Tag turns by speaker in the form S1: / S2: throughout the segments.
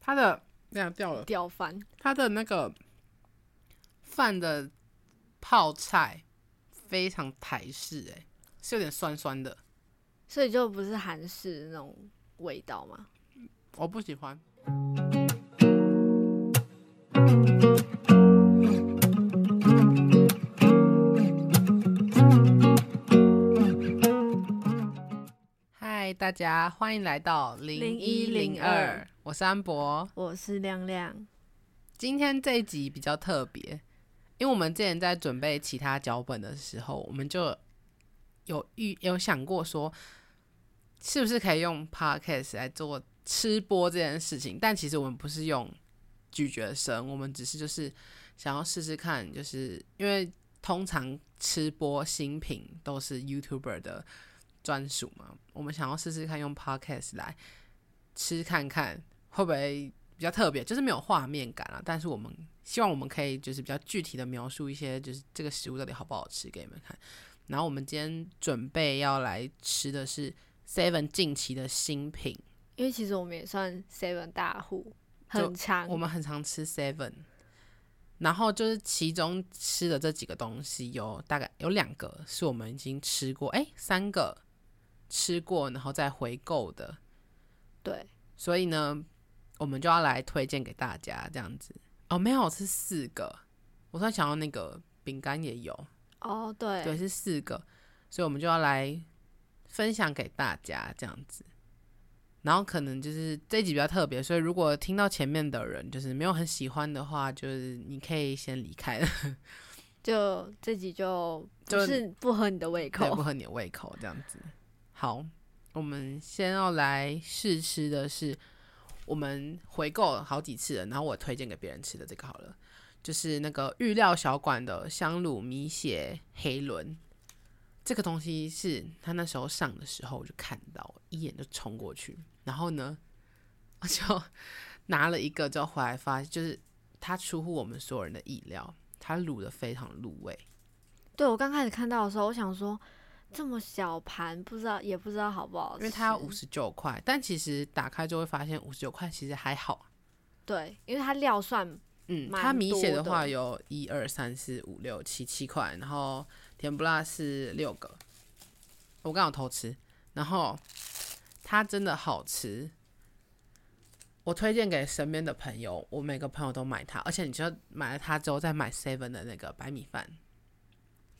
S1: 它的那掉了，
S2: 掉饭
S1: 它的那个饭的泡菜非常台式、欸，哎，是有点酸酸的，
S2: 所以就不是韩式那种味道嘛。
S1: 我不喜欢。嗨，大家欢迎来到零一零二
S2: 0102，
S1: 我是安博。
S2: 我是亮亮，
S1: 今天这一集比较特别，因为我们之前在准备其他脚本的时候，我们就有预有想过说，是不是可以用 podcast 来做吃播这件事情？但其实我们不是用咀嚼声，我们只是就是想要试试看，就是因为通常吃播新品都是 YouTuber 的专属嘛，我们想要试试看用 podcast 来吃看看会不会比较特别，就是没有画面感啊。但是我们希望我们可以就是比较具体的描述一些，就是这个食物到底好不好吃给你们看。然后我们今天准备要来吃的是 Seven 近期的新品，
S2: 因为其实我们也算 Seven 大户，
S1: 就
S2: 很长
S1: 我。们很常吃 Seven。然后就是其中吃的这几个东西，有大概有两个是我们已经吃过，哎，三个吃过，然后再回购的。
S2: 对，
S1: 所以呢，我们就要来推荐给大家这样子。哦，没有，是四个。我突然想到那个饼干也有，
S2: 哦，对，
S1: 对，是四个，所以我们就要来分享给大家这样子。然后可能就是这一集比较特别，所以如果听到前面的人就是没有很喜欢的话，就是你可以先离开了，
S2: 就自己就不
S1: 就是
S2: 不合你的胃
S1: 可能不
S2: 口。
S1: 合你的胃口这样子。好，我们先要来试吃的是我们回购了好几次了，然后我推荐给别人吃的这个好了，就是那个玉料小馆的香卤米血黑轮。这个东西是他那时候上的时候我就看到，一眼就冲过去，然后呢，我就拿了一个之后回来发，就是它出乎我们所有人的意料，它卤的非常入味，
S2: 对我刚开始看到的时候，我想说这么小盘，不知道也不知道好不好吃，
S1: 因为它要五十九块，但其实打开就会发现五十九块其实还好。
S2: 对，因为它料算
S1: 嗯，
S2: 蛮
S1: 它米血
S2: 多
S1: 的话
S2: 的
S1: 有一二三四五六七七块，然后甜不辣是六个，我刚好偷吃，然后它真的好吃，我推荐给身边的朋友，我每个朋友都买它，而且你就买了它之后再买 seven 的那个白米饭，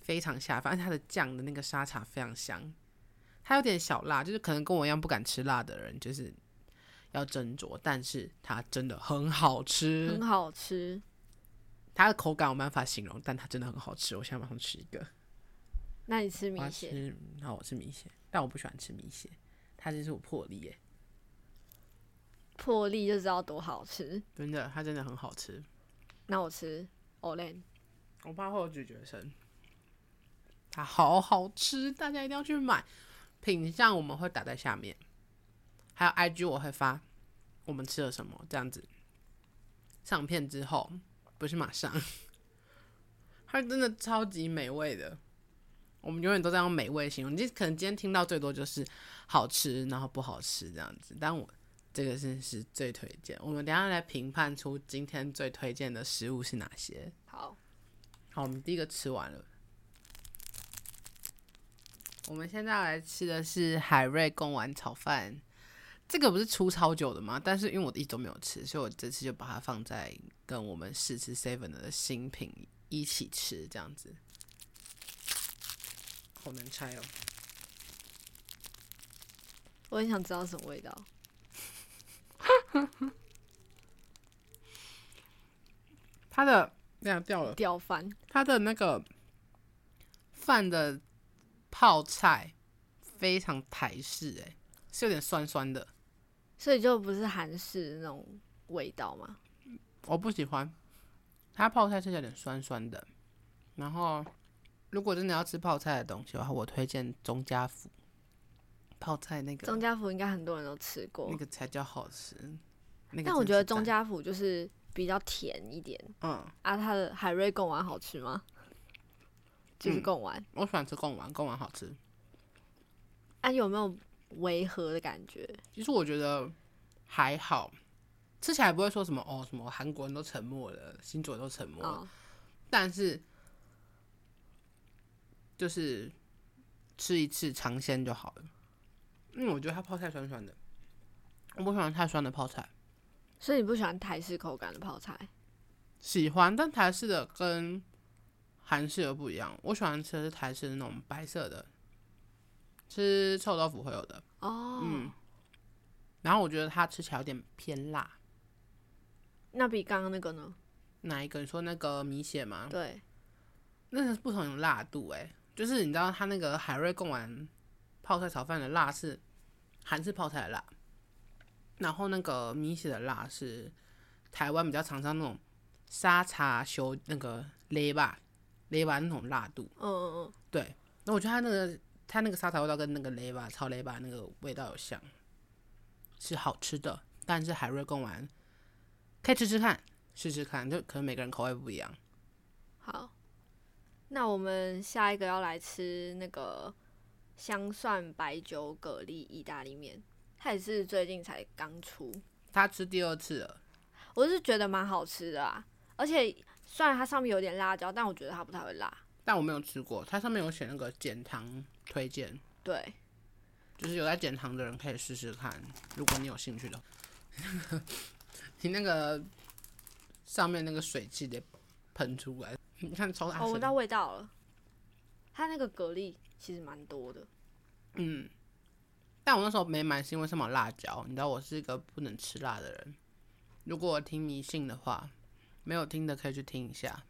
S1: 非常下饭，而且它的酱的那个沙茶非常香，它有点小辣，就是可能跟我一样不敢吃辣的人就是要斟酌，但是它真的很好吃，
S2: 很好吃。
S1: 它的口感我没办法形容，但它真的很好吃。我现在马上吃一个，
S2: 那你吃米
S1: 我要
S2: 血？
S1: 吃，然后我吃米血，但我不喜欢吃米血，它这是我破例耶，
S2: 破例就知道多好吃。
S1: 真的，它真的很好吃。
S2: 那我吃 Olen，
S1: 我怕会有咀嚼声，它好好吃，大家一定要去买。品相我们会打在下面，还有 IG 我会发我们吃了什么这样子。上片之后不是马上， 它真的超级美味的。我们永远都在用美味形容，你可能今天听到最多就是好吃，然后不好吃这样子。但我这个是是最推荐，我们等一下来评判出今天最推荐的食物是哪些。
S2: 好，
S1: 好，我们第一个吃完了。我们现在来吃的是海瑞贡丸炒饭，这个不是出超久的吗？但是因为我一直都没有吃，所以我这次就把它放在跟我们试吃 Seven 的新品一起吃，这样子。好难拆哦，
S2: 我很想知道什么味道。
S1: 它的那掉了，
S2: 掉饭
S1: 它的那个饭的泡菜非常台式、欸，诶，是有点酸酸的，
S2: 所以就不是韩式那种味道嘛。
S1: 我不喜欢，它泡菜是有点酸酸的。然后，如果真的要吃泡菜的东西的话，我推荐中家福泡菜那
S2: 钟
S1: 个，
S2: 家福应该很多人都吃过，
S1: 那个才叫好吃。那个
S2: 但我
S1: 真
S2: 觉得
S1: 是
S2: 钟
S1: 赞，
S2: 家福就是比较甜一点
S1: 嗯，
S2: 啊。它的海瑞贡丸好吃吗？就是
S1: 嗯
S2: 贡丸，
S1: 我喜欢吃贡丸，贡丸好吃。
S2: 啊有没有违和的感觉？
S1: 其实我觉得还好，吃起来不会说什么哦，什么韩国人都沉默了，新主人都沉默了，
S2: 哦，
S1: 但是就是吃一次尝鲜就好了。嗯，我觉得它泡菜酸酸的，我不喜欢太酸的泡菜，
S2: 所以你不喜欢台式口感的泡菜？
S1: 喜欢，但台式的跟韩式的不一样。我喜欢吃的是台式的那种白色的，吃臭豆腐会有的。
S2: 哦，
S1: 嗯然后我觉得它吃起来有点偏辣。
S2: 那比刚刚那个呢？
S1: 哪一个？你说那个米血吗？
S2: 对，
S1: 那是不同的辣度哎、就是你知道它那个海瑞贡丸泡菜炒饭的辣是韩式泡菜的辣，然后那个米血的辣是台湾比较常上那种沙茶修那个勒吧勒吧那种辣度。
S2: 嗯嗯
S1: 对，那我觉得它那个它那个沙茶味道跟那个雷吧超雷吧那个味道有像，是好吃的。但是海瑞贡丸可以吃吃看，试试看，就可能每个人口味不一样。
S2: 嗯，好。那我们下一个要来吃那个香蒜白酒蛤蜊意大利面，它也是最近才刚出，
S1: 他吃第二次了，
S2: 我是觉得蛮好吃的啊。而且虽然它上面有点辣椒，但我觉得它不太会辣。
S1: 但我没有吃过。它上面有写那个减糖推荐，
S2: 对，
S1: 就是有在减糖的人可以试试看，如果你有兴趣的话。 你那个上面那个水汽得喷出来， 你看超大
S2: 哦我
S1: 声。
S2: 闻到味道了。它那个蛤蜊其实蛮多的，
S1: 嗯，但我那时候没买是因为什么辣椒？你知道我是一个不能吃辣的人。如果我听迷信的话，没有听的可以去听一下。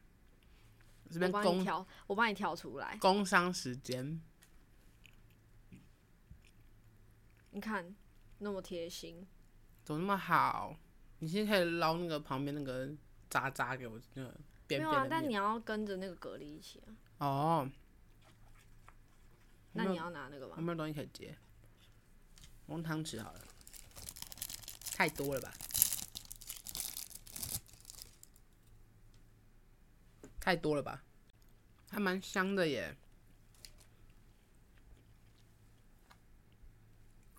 S1: 这
S2: 我
S1: 边
S2: 帮你
S1: 工
S2: 挑，我帮你挑出来。
S1: 工商时间，
S2: 你看那么贴心，
S1: 怎么那么好？你现在可以捞那个旁边那个渣渣给我那个
S2: 没
S1: 边
S2: 有
S1: 边
S2: 啊
S1: 的？
S2: 但
S1: 面
S2: 你要跟着那个蛤蜊一起啊。
S1: 哦，
S2: 那
S1: 没有
S2: 你要拿那个
S1: 我
S2: 吗？
S1: 没有东西可以接，我用汤匙好了，太多了吧？太多了吧？还蛮香的耶，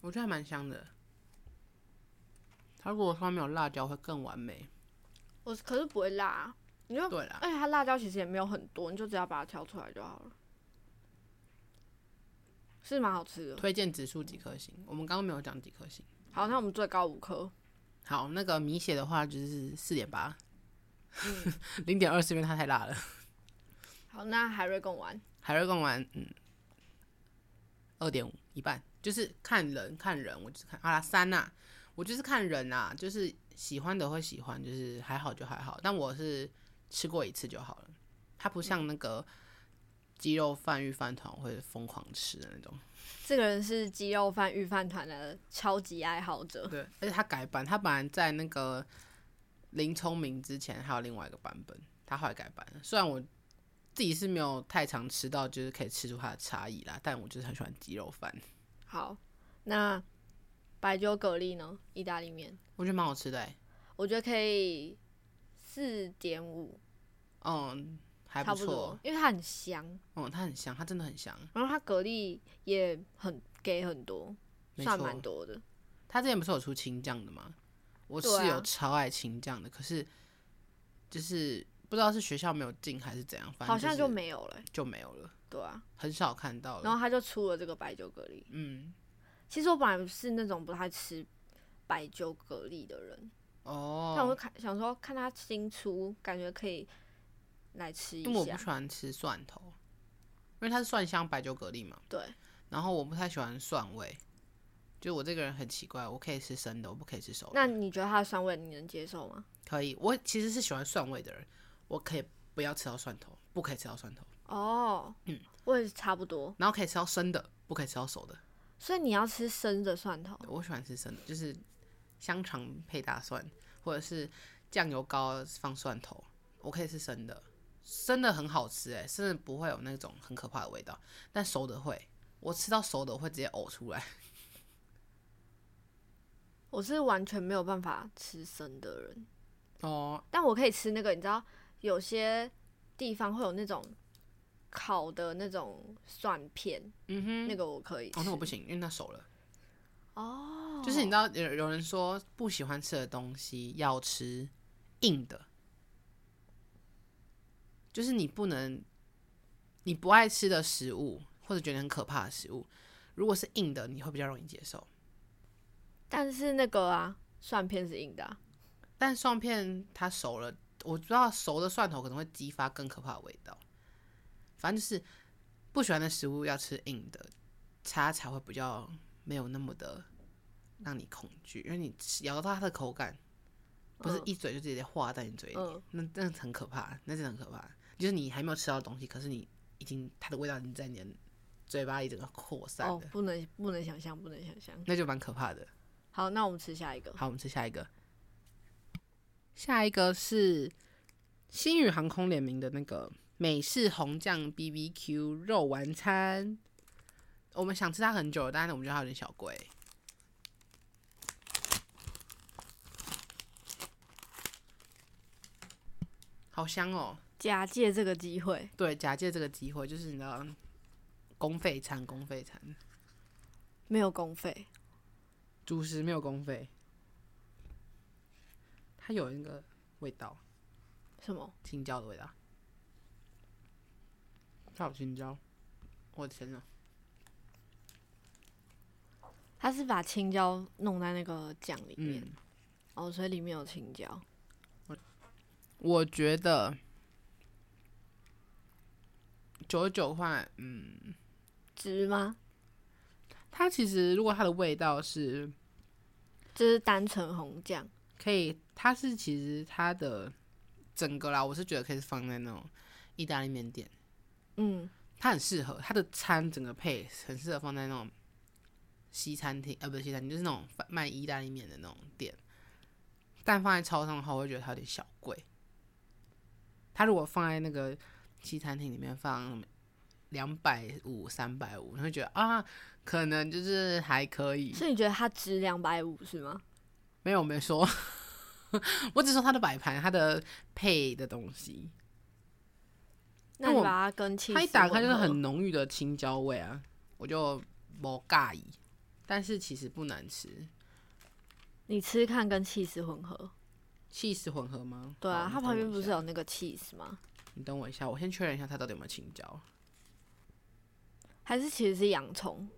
S1: 我觉得还蛮香的。它如果上面有辣椒会更完美。
S2: 我可是不会辣啊，你就
S1: 对啦，
S2: 而且它辣椒其实也没有很多，你就只要把它挑出来就好了，是蛮好吃的。
S1: 推荐指数几颗星？我们刚刚没有讲几颗星。
S2: 好，那我们最高五颗，
S1: 好，那个米血的话就是四点八， 零点二是因为它太辣了。
S2: 好，那海瑞贡丸，
S1: 海瑞贡丸，嗯，二点五一半，就是看人看人，我就是看啊三呐、我就是看人啊，就是喜欢的会喜欢，就是还好就还好，但我是吃过一次就好了，它不像那个鸡肉饭、鱼饭团会疯狂吃的那种，
S2: 这个人是鸡肉饭御饭团的超级爱好者，
S1: 对，而且它改版，它本来在那个林聪明之前还有另外一个版本，它后来改版了，虽然我。自己是没有太常吃到，就是可以吃出它的差异啦。但我就是很喜欢鸡肉饭，
S2: 好，那白酒蛤蜊呢？意大利面，
S1: 我觉得蛮好吃的、欸。
S2: 我觉得可以四点五，
S1: 嗯，还
S2: 差
S1: 不
S2: 不
S1: 错
S2: 多。，因为它很香，
S1: 嗯，它很香，它真的很香，
S2: 然后它蛤蜊也很给很多，
S1: 没
S2: 算蛮
S1: 错。
S2: 多的。
S1: 它之前不是有出青酱的吗？我室
S2: 对啊
S1: 友超爱青酱的，可是就是不知道是学校没有进还是怎样，反正
S2: 好像
S1: 就
S2: 就没有了欸、
S1: 是就没有了，
S2: 对啊。
S1: 很少看到
S2: 然
S1: 了。
S2: 后他就出了这个白酒蛤蜊。
S1: 嗯，
S2: 其实我本来是那种不太吃白酒蛤蜊的人，但我
S1: 哦
S2: 就，看想说看他新出，感觉可以来吃
S1: 因为我
S2: 一
S1: 不
S2: 下
S1: 喜。欢吃蒜头，因为它是蒜香白酒蛤蜊嘛，
S2: 对，
S1: 然后我不太喜欢蒜味。就我这个人很奇怪，我可以吃生的，我不可以吃熟的。
S2: 那你觉得它的酸味你能接受吗？
S1: 可以，我其实是喜欢蒜味的人，我可以不要吃到蒜头，不可以吃到蒜头。
S2: 哦，嗯，我也是差不多。
S1: 然后可以吃到生的，不可以吃到熟的。
S2: 所以你要吃生的蒜头，
S1: 我喜欢吃生的，就是香肠配大蒜，或者是酱油膏放蒜头，我可以吃生的，生的很好吃哎、生的不会有那种很可怕的味道，但熟的会，我吃到熟的我会直接呕出来。
S2: 我是完全没有办法吃生的人，
S1: 哦，
S2: 但我可以吃那个，你知道有些地方会有那种烤的那种蒜片，
S1: 嗯哼，嗯
S2: 嗯那个我可以吃。
S1: 哦哦那我不行，因为那熟了。
S2: 哦，
S1: 就是你知道有有人说不喜欢吃的东西要吃硬的，就是你不能你不爱吃的食物或者觉得很可怕的食物，如果是硬的，你会比较容易接受。
S2: 但是那个啊，蒜片是硬的、啊，
S1: 但蒜片它熟了，我知道熟的蒜头可能会激发更可怕的味道。反正就是不喜欢的食物要吃硬的，它才会比较没有那么的让你恐惧，因为你吃咬到它的口感，不是
S2: 嗯
S1: 一嘴就直接化在你嘴里，
S2: 嗯
S1: 那那很可怕，那真的很可怕。就是你还没有吃到的东西，可是你已经它的味道已经在你的嘴巴里整个扩散了，
S2: 哦，不能不能想象，不能想象。
S1: 那就蛮可怕的。
S2: 好，那我们吃下一个。
S1: 好，我们吃下一个。下一个是星宇航空联名的那个美式红酱 BBQ 肉丸餐，我们想吃它很久了，但是我们觉得它有点小贵。好香哦！
S2: 假借这个机会，
S1: 对，假借这个机会，就是你知道，公费餐，公费餐，
S2: 没有公费，
S1: 主食没有公费，它有那个味道。
S2: 什么？
S1: 青椒的味道，它有青椒，我的天呐，
S2: 他是把青椒弄在那个酱里面，
S1: 嗯，
S2: 哦，所以里面有青椒。
S1: 我觉得九十九块，嗯，
S2: 汁吗？
S1: 它其实如果它的味道是
S2: 就是单纯红酱，
S1: 可以，它是其实它的整个啦，我是觉得可以放在那种意大利面店，
S2: 嗯，
S1: 它很适合，它的餐整个配很适合放在那种西餐厅，呃，不是西餐厅，就是那种贩卖意大利面的那种店。但放在超商的话，我会觉得它有点小贵。它如果放在那个西餐厅里面放两百五、三百五，你会觉得啊，可能就是还可以。
S2: 所以你觉得它值两百五是吗？
S1: 没有，我没说， 我只说它的摆盘，它的配的东西，
S2: 那
S1: 那
S2: 你
S1: 我
S2: 把它跟气，
S1: 它一打开就是很浓郁的青椒味啊，我就不尬意，但是其实不难吃。
S2: 你吃看跟气势混合。
S1: 气势混合吗？
S2: 对啊，
S1: 好
S2: 它旁边不是？
S1: 哦你等我一下
S2: 有那个 cheese 吗？
S1: 你等我一下，我先确认一下它到底有没有青椒。
S2: 还是其实是洋葱？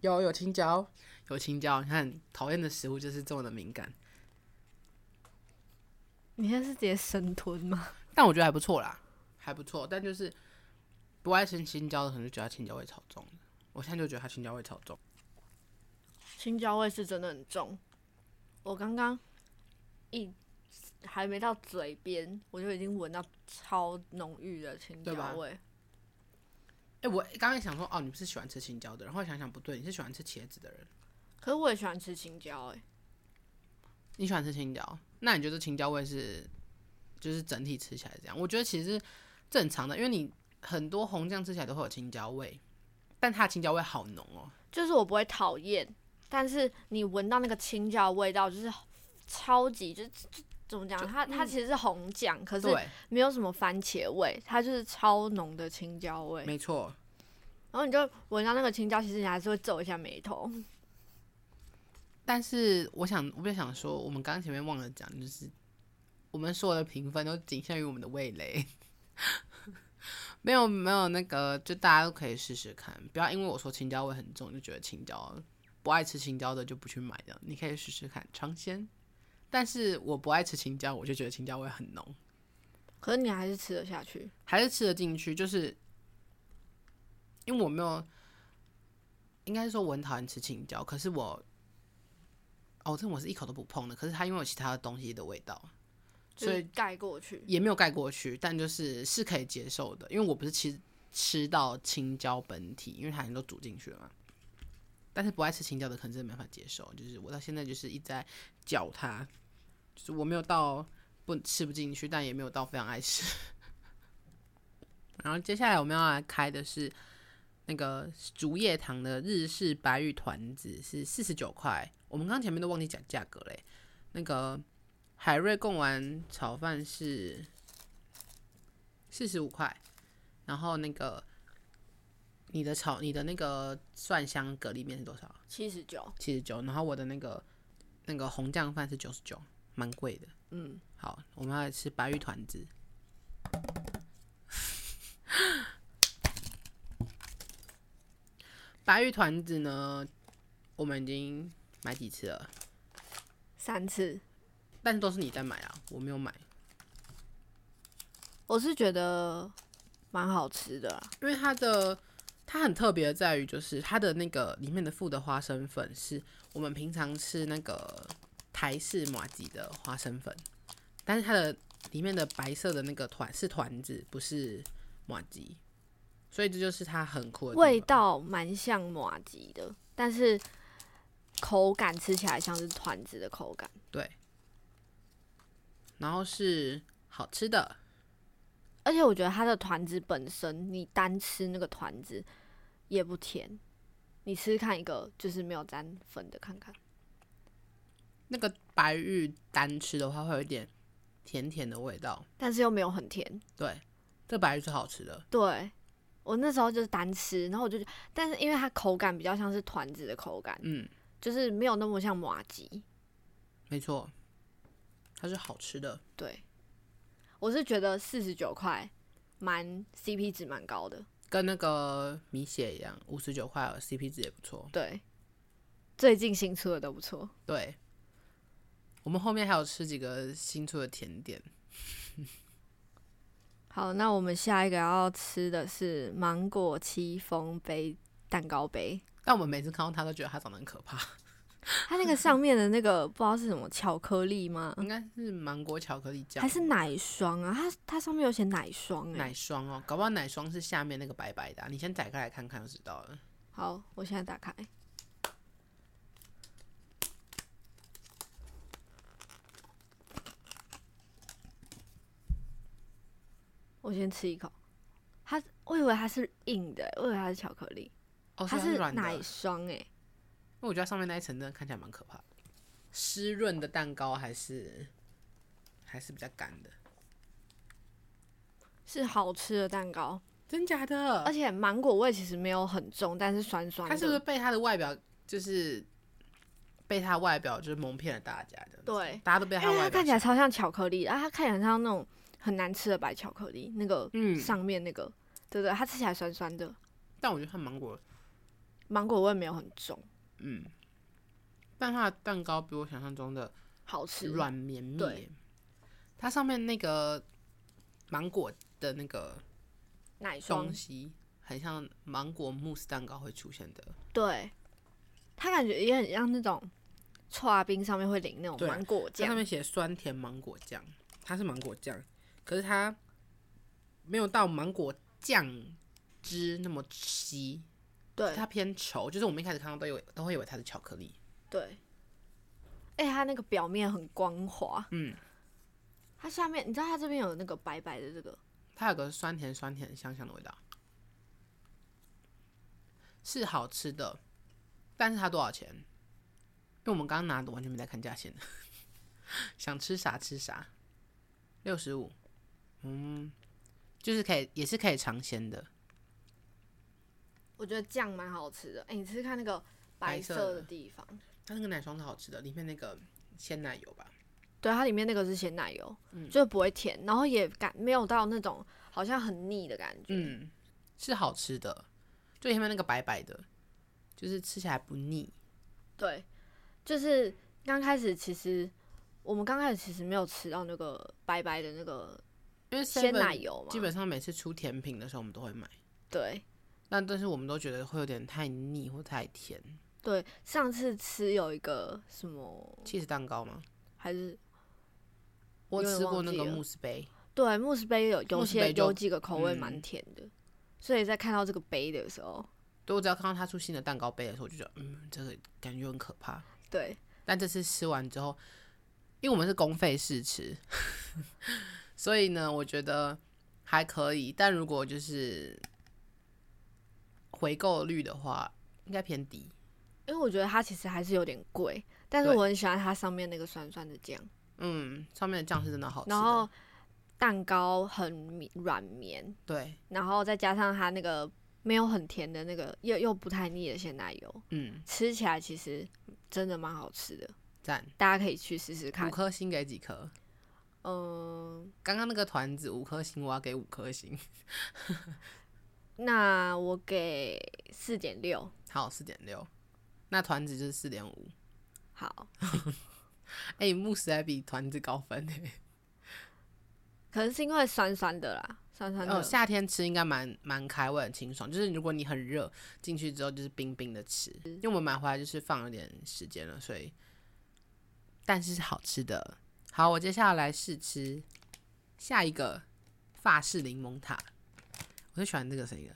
S1: 有有青椒，有青椒。你看，讨厌的食物就是这么的敏感，
S2: 你现在是直接生吞吗？
S1: 但我觉得还不错啦，还不错。但就是不爱吃青椒的，可能就觉得它青椒味超重。我现在就觉得它青椒味超重。
S2: 青椒味是真的很重。我刚刚一还没到嘴边，我就已经闻到超浓郁的青
S1: 对吧
S2: 椒味。
S1: 哎、我刚刚想说，哦，你不是喜欢吃青椒的人，然后想想不对，你是喜欢吃茄子的人。
S2: 可是我也喜欢吃青椒、欸，哎，
S1: 你喜欢吃青椒，那你觉得青椒味是就是整体吃起来这样？我觉得其实是正常的，因为你很多红酱吃起来都会有青椒味，但它的青椒味好浓哦。
S2: 就是我不会讨厌，但是你闻到那个青椒的味道，就是超级就是怎么讲？它它其实是红酱，可
S1: 嗯
S2: 是
S1: 对，
S2: 没有什么番茄味，它就是超浓的青椒味。
S1: 没错，
S2: 然后你就闻到那个青椒，其实你还是会皱一下眉头。
S1: 但是我想，我就想说，我们刚刚前面忘了讲，就是我们所有的评分都仅限于我们的味蕾， 没有没有那个，就大家都可以试试看，不要因为我说青椒味很重就觉得青椒不爱吃青椒的就不去买的，你可以试试看尝鲜。但是我不爱吃青椒，我就觉得青椒味很浓，
S2: 可是你还是吃得下去。
S1: 还是吃得进去，就是因为我没有，应该是说我很讨厌吃青椒，可是我，哦，这我是一口都不碰的，可是它因为有其他的东西的味道，
S2: 就
S1: 所
S2: 是
S1: 以
S2: 盖过去，
S1: 也没有盖过去，但就是是可以接受的，因为我不是吃吃到青椒本体，因为它很多煮进去了嘛。但是不爱吃青椒的，可能真的没办法接受。就是我到现在就是一直在嚼它，就是我没有到不吃不进去，但也没有到非常爱吃。 然后接下来我们要来开的是那个竹叶堂的日式白玉团子，是四十九块。我们刚刚前面都忘记讲价格嘞。那个海瑞贡丸炒饭是四十五块，然后那个你的炒你的那个蒜香蛤蜊面是多少？
S2: 七十九，
S1: 七十九。然后我的那个那个红酱饭是九十九，蛮贵的。
S2: 嗯，
S1: 好，我们要来吃白玉团子。白玉团子呢，我们已经买几次了，
S2: 三次。
S1: 但是都是你在买啊，我没有买，
S2: 我是觉得蛮好吃的啊啦，
S1: 因为它的它很特别的在于，就是它的那个里面的附的花生粉是我们平常吃那个台式麻吉的花生粉，但是它的里面的白色的那个团是团子，不是麻吉，所以这就是它很酷的地方
S2: 味道蛮像马吉的，但是口感吃起来像是团子的口感。
S1: 对，然后是好吃的，
S2: 而且我觉得它的团子本身，你单吃那个团子也不甜，你吃看一个就是没有沾粉的看看。
S1: 那个白玉单吃的话会有一点甜甜的味道，
S2: 但是又没有很甜。
S1: 对，这白玉是好吃的，
S2: 对我那时候就是单吃，然后我就觉，但是因为它口感比较像是团子的口感，
S1: 嗯，
S2: 就是没有那么像马吉。
S1: 没错，它是好吃的，
S2: 对，我是觉得四十九块蛮 CP 值蛮高的。
S1: 跟那个米血一样，五十九块，CP 值也不错。
S2: 对，最近新出的都不错。
S1: 对，我们后面还有吃几个新出的甜点，
S2: 好，那我们下一个要吃的是芒果戚风杯蛋糕杯，
S1: 但我们每次看到它都觉得它长得很可怕，
S2: 它那个上面的那个不知道是什么巧克力吗？
S1: 应该是芒果巧克力酱，
S2: 还是奶霜啊？它它上面有写奶霜哎、
S1: 奶霜哦，搞不好奶霜是下面那个白白的啊、你先展开来看看就知道了。
S2: 好，我现在打开。我先吃一口，它我以为它是硬的，我以为它是巧克力，
S1: 哦，所
S2: 它
S1: 以是
S2: 是
S1: 软的啊，因
S2: 奶
S1: 为
S2: 霜哎、
S1: 我觉得它上面那一层真的看起来蛮可怕的。湿润的蛋糕还是还是比较干的，
S2: 是好吃的蛋糕，
S1: 真假的？
S2: 而且芒果味其实没有很重，但是酸酸的。
S1: 他是不是被他的外表就是被他外表就是蒙骗了大家的？
S2: 对，
S1: 大家都被
S2: 因
S1: 他
S2: 为
S1: 外表
S2: 哎它看起来超像巧克力，然、啊、后它看起来像那种很难吃的白巧克力，那个
S1: 嗯，
S2: 上面那个，对对，它吃起来酸酸的，
S1: 但我觉得他芒果，
S2: 芒果味没有很重，
S1: 嗯，但他的蛋糕比我想象中的
S2: 好吃。
S1: 软绵密
S2: 对
S1: 耶。它上面那个芒果的那个
S2: 奶霜
S1: 东，西，很像芒果慕斯蛋糕会出现的。
S2: 对，它感觉也很像那种刨冰上面会淋那种
S1: 对
S2: 芒果
S1: 它上
S2: 酱，
S1: 面写酸甜芒果酱，它是芒果酱，可是它没有到芒果酱汁那么稀，
S2: 对
S1: 它偏稠，就是我们一开始看到都有都会以为它是巧克力。
S2: 对。哎、它那个表面很光滑，
S1: 嗯，
S2: 它下面你知道它这边有那个白白的这个，
S1: 它有个酸甜酸甜香香的味道，是好吃的，但是它多少钱？因为我们刚刚拿的完全没在看价钱， 想吃啥吃啥，六十五，嗯，就是可以也是可以尝鲜的，
S2: 我觉得酱蛮好吃的。哎、你吃吃看那个
S1: 白
S2: 白
S1: 色
S2: 色
S1: 的
S2: 的地方，
S1: 它那个奶霜是好吃的，里面那个鲜奶油吧，
S2: 对，它里面那个是鲜奶油，
S1: 嗯
S2: 就不会甜，然后也感没有到那种好像很腻的感觉。
S1: 嗯，是好吃的，就里面那个白白的，就是吃起来不腻，
S2: 对，就是刚开始其实我们刚开始其实没有吃到那个白白的那个
S1: 因为
S2: 鲜
S1: 7-Eleven
S2: 奶油嘛，
S1: 基本上每次出甜品的时候我们都会买，
S2: 对
S1: 但但是我们都觉得会有点太腻或太甜。
S2: 对。上次吃有一个什么
S1: 起司蛋糕吗？
S2: 还是
S1: 我
S2: 有点
S1: 吃过
S2: 忘
S1: 那
S2: 记
S1: 个
S2: 了
S1: 慕斯杯，
S2: 对慕斯杯有有
S1: 慕斯
S2: 些
S1: 杯就
S2: 有几个口味
S1: 嗯
S2: 蛮甜的，所以在看到这个杯的时候，
S1: 对我只要看到它出新的蛋糕杯的时候，我就觉得嗯，这个感觉很可怕。
S2: 对
S1: 但这次吃完之后，因为我们是公费试吃， 所以呢，我觉得还可以。但如果就是回购率的话，应该偏低。
S2: 因为我觉得它其实还是有点贵，但是
S1: 对
S2: 我很喜欢它上面那个酸酸的酱。
S1: 嗯，上面的酱是真的好吃的。
S2: 然后蛋糕很绵软绵，
S1: 对，
S2: 然后再加上它那个没有很甜的那个，又又不太腻的鲜奶油，
S1: 嗯，
S2: 吃起来其实真的蛮好吃的，
S1: 赞，
S2: 大家可以去试试
S1: 五
S2: 看。
S1: 颗星给几颗？
S2: 嗯，
S1: 刚刚那个团子五颗星，我要给五颗星。
S2: 那我给四点六，
S1: 好，四点六。那团子就是四点五。
S2: 好，
S1: 哎、慕斯还比团子高分哎、
S2: 可能是因为酸酸的啦，酸酸的。
S1: 哦，夏天吃应该蛮蛮开胃，很清爽。就是如果你很热，进去之后就是冰冰的吃。因为我们买回来就是放有点时间了，所以但是是好吃的。好，我接下来试吃下一个法式柠檬塔，我最喜欢这个声音了。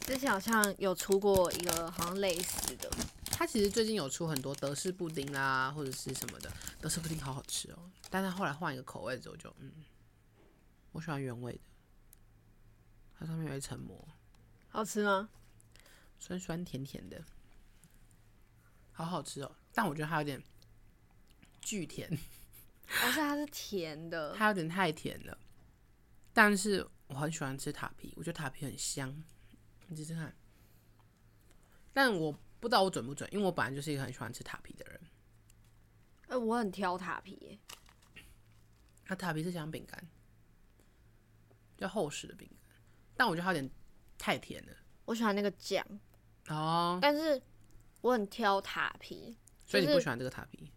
S2: 之前好像有出过一个好像类似的，
S1: 它其实最近有出很多德式布丁啦，或者是什么的，德式布丁好好吃哦。但它后来换一个口味之后就，嗯，我喜欢原味的，它上面有一层膜。
S2: 好吃吗？
S1: 酸酸甜甜的，好好吃哦。但我觉得它有点巨甜，
S2: 而且它哦是甜的，
S1: 它有点太甜了。但是我很喜欢吃塔皮，我觉得塔皮很香。你试试看，但我不知道我准不准，因为我本来就是一个很喜欢吃塔皮的人。
S2: 哎、我很挑塔皮耶、
S1: 它塔皮是像饼干，比较厚实的饼干，但我觉得它有点太甜了
S2: 我喜欢那个酱，
S1: 哦，
S2: 但是我很挑塔皮，
S1: 所以你
S2: 就
S1: 不
S2: 是
S1: 喜欢这个塔皮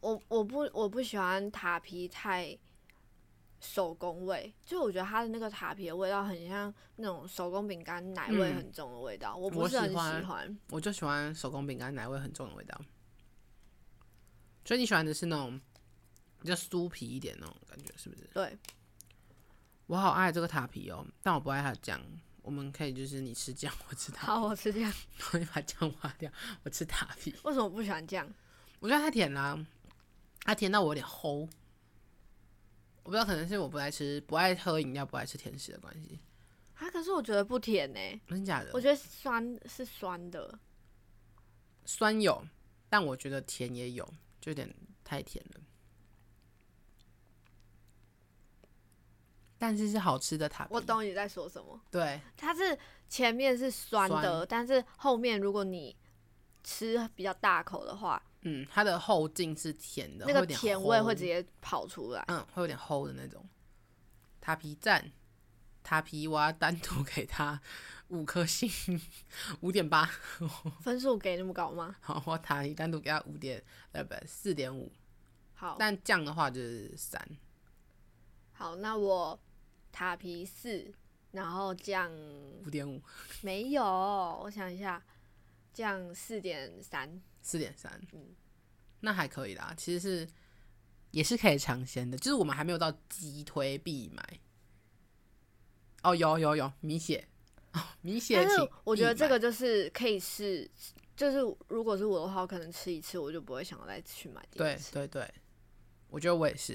S2: 我我不我不喜欢塔皮太手工味，就我觉得它的那个塔皮的味道很像那种手工饼干奶味
S1: 嗯
S2: 很重的味道，我
S1: 我
S2: 不是
S1: 喜
S2: 很喜
S1: 欢
S2: 欢。
S1: 我就喜欢手工饼干奶味很重的味道。所以你喜欢的是那种比较酥皮一点那种感觉，是不是？
S2: 对，
S1: 我好爱这个塔皮哦，但我不爱它的酱。我们可以就是你吃酱，我吃塔，
S2: 好，我吃酱。
S1: 我把酱挖掉，我吃塔皮。
S2: 为什么不喜欢酱？
S1: 我觉得太甜啦、它甜到我有点齁。我不知道，可能是我不爱吃、不爱喝饮料、不爱吃甜食的关系，
S2: 啊，可是我觉得不甜呢、
S1: 真假的
S2: 我？觉得酸是酸的，
S1: 酸有，但我觉得甜也有，就有点太甜了。但是是好吃的塔皮，
S2: 我懂你在说什么。
S1: 对，
S2: 它是前面是酸的，但是后面如果你吃比较大口的话，
S1: 嗯，它的后劲是甜的，
S2: 那
S1: 会
S2: 个
S1: 有点
S2: 甜味
S1: 齁
S2: 会直接跑出来。
S1: 嗯，会有点齁的那种。塔皮赞，塔皮我要单独给他五颗星，五点八，
S2: 分数给那么高吗？
S1: 好，我塔皮单独给他五点，呃，不，四点五。
S2: 好，
S1: 但酱的话就是三，
S2: 好，那我塔皮四，然后酱
S1: 五点五，
S2: 没有，我想一下，酱四点三，
S1: 四点三
S2: 嗯，
S1: 那还可以啦，其实是也是可以尝鲜的，就是我们还没有到急推必买。哦，有有有米血，哦米血
S2: 但
S1: 请必买，
S2: 是我觉得这个就是可以试，就是如果是我的话，我可能吃一次我就不会想要再去买第二
S1: 对
S2: 次。
S1: 对对，我觉得我也是，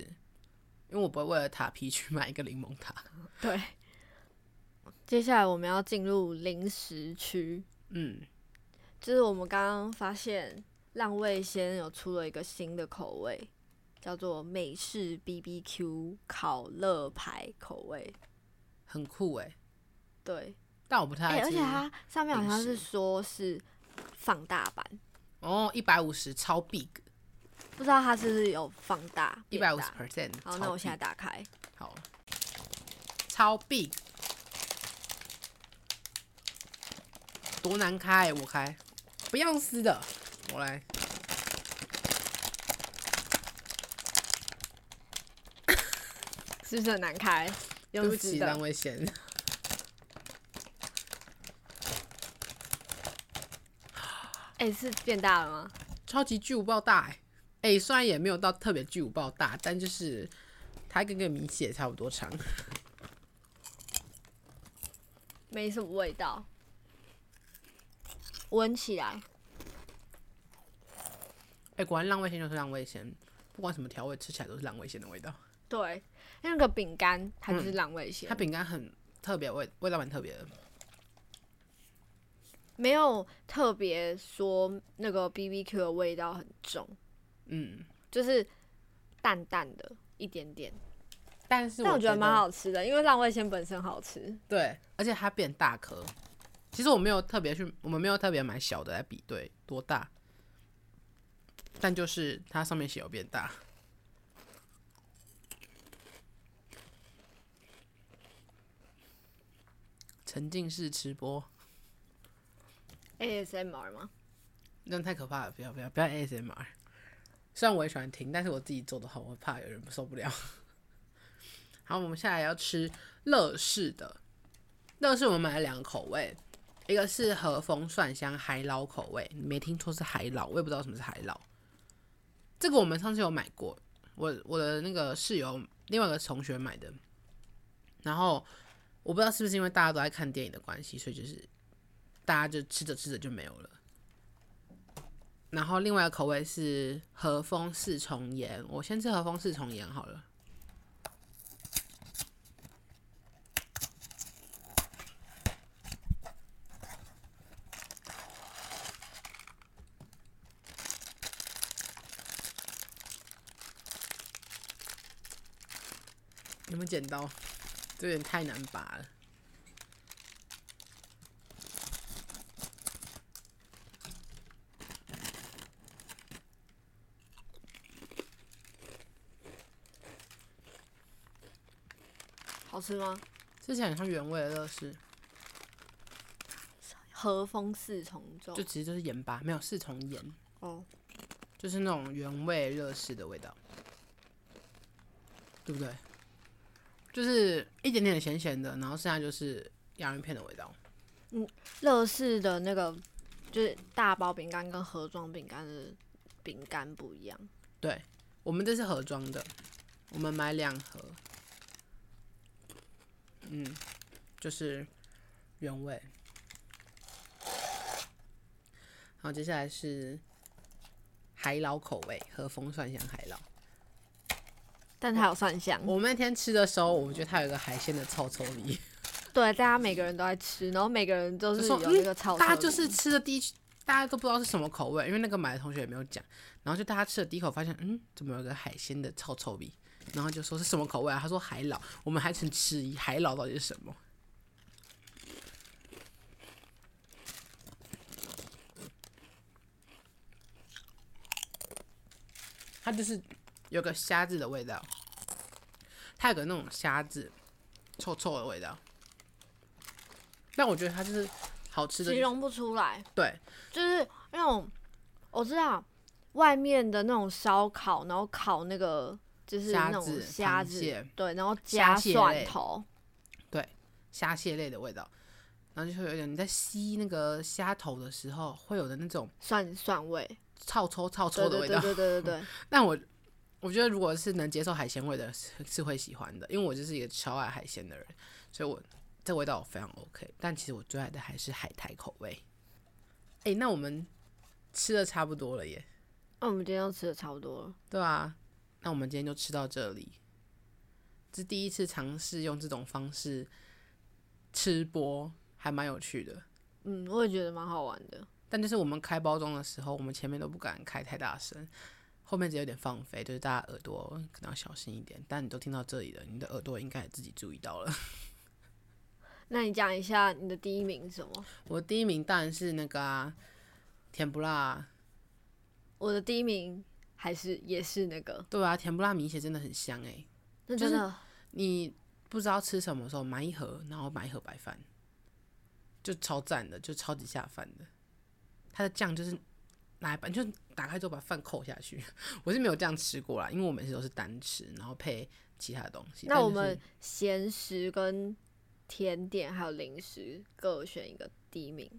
S1: 因为我不会为了塔皮去买一个柠檬塔。
S2: 对，接下来我们要进入零食区，
S1: 嗯，
S2: 就是我们刚刚发现浪味仙有出了一个新的口味，叫做美式 BBQ 烤乐牌口味。
S1: 很酷哎，
S2: 对，
S1: 但我不太
S2: 哎、
S1: 爱
S2: 而
S1: 吃。
S2: 且它上面好像
S1: 零
S2: 是
S1: 食
S2: 说是放大版，
S1: 哦，一百五十超 big，
S2: 不知道它是不是有放大
S1: 一
S2: 变
S1: 百五
S2: 大
S1: 十 percent。
S2: 啊好，那我现在打开，
S1: 好，超 big，多难开，我开，不要撕的，我来。
S2: 是不是很难开？
S1: 对
S2: 用
S1: 不
S2: 纸
S1: 起，
S2: 的
S1: 浪危险。
S2: 哎、是变大了吗？
S1: 超级巨无霸大哎、哎、虽然也没有到特别巨无霸大，但就是它跟个米血差不多长。
S2: 没什么味道，闻起来
S1: 哎、果然浪味仙就是浪味仙，不管什么调味，吃起来都是浪味仙的味道。
S2: 对，那个饼干嗯它就是浪味仙，
S1: 它饼干很特别，味味道蛮特别的。
S2: 没有特别说那个 B B Q 的味道很重，
S1: 嗯，
S2: 就是淡淡的一点点。
S1: 但是
S2: 但我
S1: 觉
S2: 觉得蛮好吃的，因为浪味仙本身好吃。
S1: 对，而且它变大颗。其实我没有特别去，我们没有特别买小的来比对多大，但就是它上面写有变大。沉浸式吃播，
S2: ASMR 吗？
S1: 那太可怕了，不要不要不要 ASMR。虽然我也喜欢听，但是我自己做的话，我怕有人受不了。 好，我们下来要吃乐事的，乐事我们买了两个口味，一个是和风蒜香海老口味，你没听错是海老，我也不知道什么是海老。这个我们上次有买过，我我的那个室友另外一个同学买的，然后我不知道是不是因为大家都在看电影的关系，所以就是大家就吃着吃着就没有了。然后另外一个口味是和风四重盐，我先吃和风四重盐好了。有没有剪刀？这有点太难拔了。
S2: 好吃吗？
S1: 吃起来很像原味的乐事，
S2: 和风四重奏
S1: 就其实就是盐巴，没有四重盐。
S2: 哦，
S1: 就是那种原味热式的味道，对不对？就是一点点咸咸的，然后剩下就是洋芋片的味道。
S2: 乐事的那个就是大包饼干跟盒装饼干的饼干不一样。
S1: 对，我们这是盒装的，我们买两盒。嗯，就是原味。好，接下来是海老口味和风蒜香海老。
S2: 但它有蒜香，
S1: 我们那天吃的时候，我觉得它有一个海鲜的臭臭味。
S2: 对，大家每个人都在吃，然后每个人都
S1: 就是说
S2: 有那个炒、
S1: 大家就是吃的第一，大家都不知道是什么口味，因为那个买的同学也没有讲。然后就大家吃了第一口，发现嗯，怎么有个海鲜的臭臭味？然后就说是什么口味啊？他说海老，我们还曾迟疑海老到底是什么。它就是有个虾子的味道，它有个那种虾子臭臭的味道，但我觉得它就是好吃的
S2: 形，容不出来，
S1: 对，
S2: 就是那种我知道外面的那种烧烤，然后烤那个就是
S1: 虾
S2: 那种
S1: 子
S2: 虾
S1: 螃
S2: 子，
S1: 蟹
S2: 对，然后
S1: 虾
S2: 加
S1: 蟹
S2: 蒜
S1: 类
S2: 头，
S1: 虾蟹类的味道，然后就会有点你在吸那个虾头的时候会有的那种
S2: 蒜蒜味，
S1: 臭臭臭
S2: 对
S1: 臭的
S2: 对
S1: 味
S2: 对
S1: 道。
S2: 对对对对，
S1: 但我我觉得如果是能接受海鲜味的，是是会喜欢的，因为我就是一个超爱海鲜的人，所以我这味道我非常 OK。但其实我最爱的还是海苔口味。诶，那我们吃的差不多了耶，
S2: 那我们今天都吃的差不多了，
S1: 对啊，那我们今天就吃到这里。这第一次尝试用这种方式吃播，还蛮有趣的。
S2: 嗯，我也觉得蛮好玩的，
S1: 但就是我们开包装的时候，我们前面都不敢开太大声，后面只有点放飞，就是大家耳朵可能要小心一点。但你都听到这里了，你的耳朵应该也自己注意到了。
S2: 那你讲一下你的第一名是什么？
S1: 我第一名当然是那个、啊、甜不辣，
S2: 我的第一名还是也是那个，
S1: 对啊，甜不辣米血真的很香诶、欸
S2: 那
S1: 就
S2: 真
S1: 是
S2: 的
S1: 你不知道吃什么的时候买一盒，然后买一盒白饭，就超赞的，就超级下饭的。它的酱就是拿一半，就打开之后把饭扣下去。 我是没有这样吃过啦，因为我每次都是单吃，然后配其他东西。
S2: 那
S1: 但
S2: 我
S1: 就是
S2: 们咸食跟甜点还有零食各选一个第一名。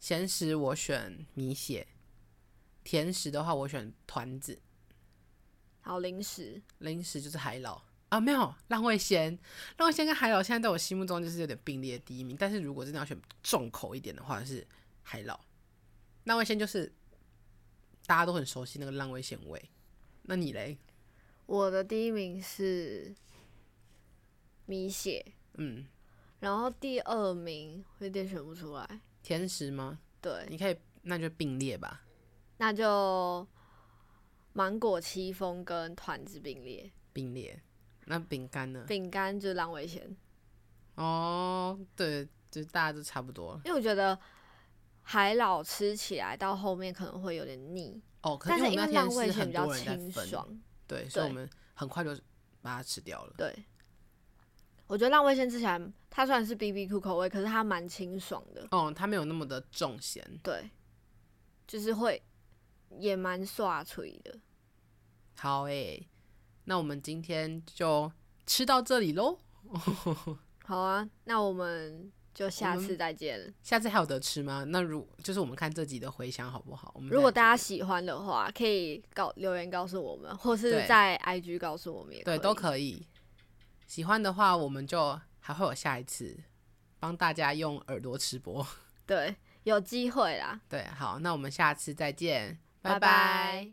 S1: 咸食我选米血，甜食的话我选团子，
S2: 好，零食
S1: 零食就是海老啊，没有浪味仙，浪味仙跟海老现在在我心目中就是有点并列第一名，但是如果真的要选重口一点的话是海老，浪味仙就是大家都很熟悉那个浪味仙味，那你嘞？
S2: 我的第一名是米血，
S1: 嗯，
S2: 然后第二名我有点选不出来。
S1: 甜食吗？
S2: 对，
S1: 你可以那就并列吧，
S2: 那就芒果戚风跟团子并列。
S1: 并列。那饼干呢？
S2: 饼干就是浪味仙，
S1: 哦，对，就大家都差不多了。
S2: 因为我觉得海老吃起来到后面可能会有点腻，
S1: 哦，可
S2: 但
S1: 是
S2: 是
S1: 我们
S2: 因
S1: 那
S2: 为浪
S1: 天
S2: 味
S1: 是
S2: 仙
S1: 很
S2: 比较
S1: 多人在
S2: 清
S1: 分，
S2: 爽，
S1: 对，所以
S2: 对
S1: 我们很快就把它吃掉了。
S2: 对。我觉得浪味仙吃起来，它虽然是 B B Q 口味，可是它蛮清爽的，
S1: 哦，它没有那么的重咸，
S2: 对，就是会也蛮刷脆的。
S1: 好诶、那我们今天就吃到这里喽，
S2: 好啊，那我们就下
S1: 我们
S2: 次再见了。
S1: 下次还有得吃吗？那如就是我们看这集的回响好不好？我们
S2: 如果
S1: 再
S2: 大家喜欢的话，可以告留言告诉我们，或是
S1: 对
S2: 在 IG 告诉我们也
S1: 对都可以，喜欢的话我们就还会有下一次，帮大家用耳朵吃播。
S2: 对，有机会啦，
S1: 对，好，那我们下次再见，拜拜
S2: 拜拜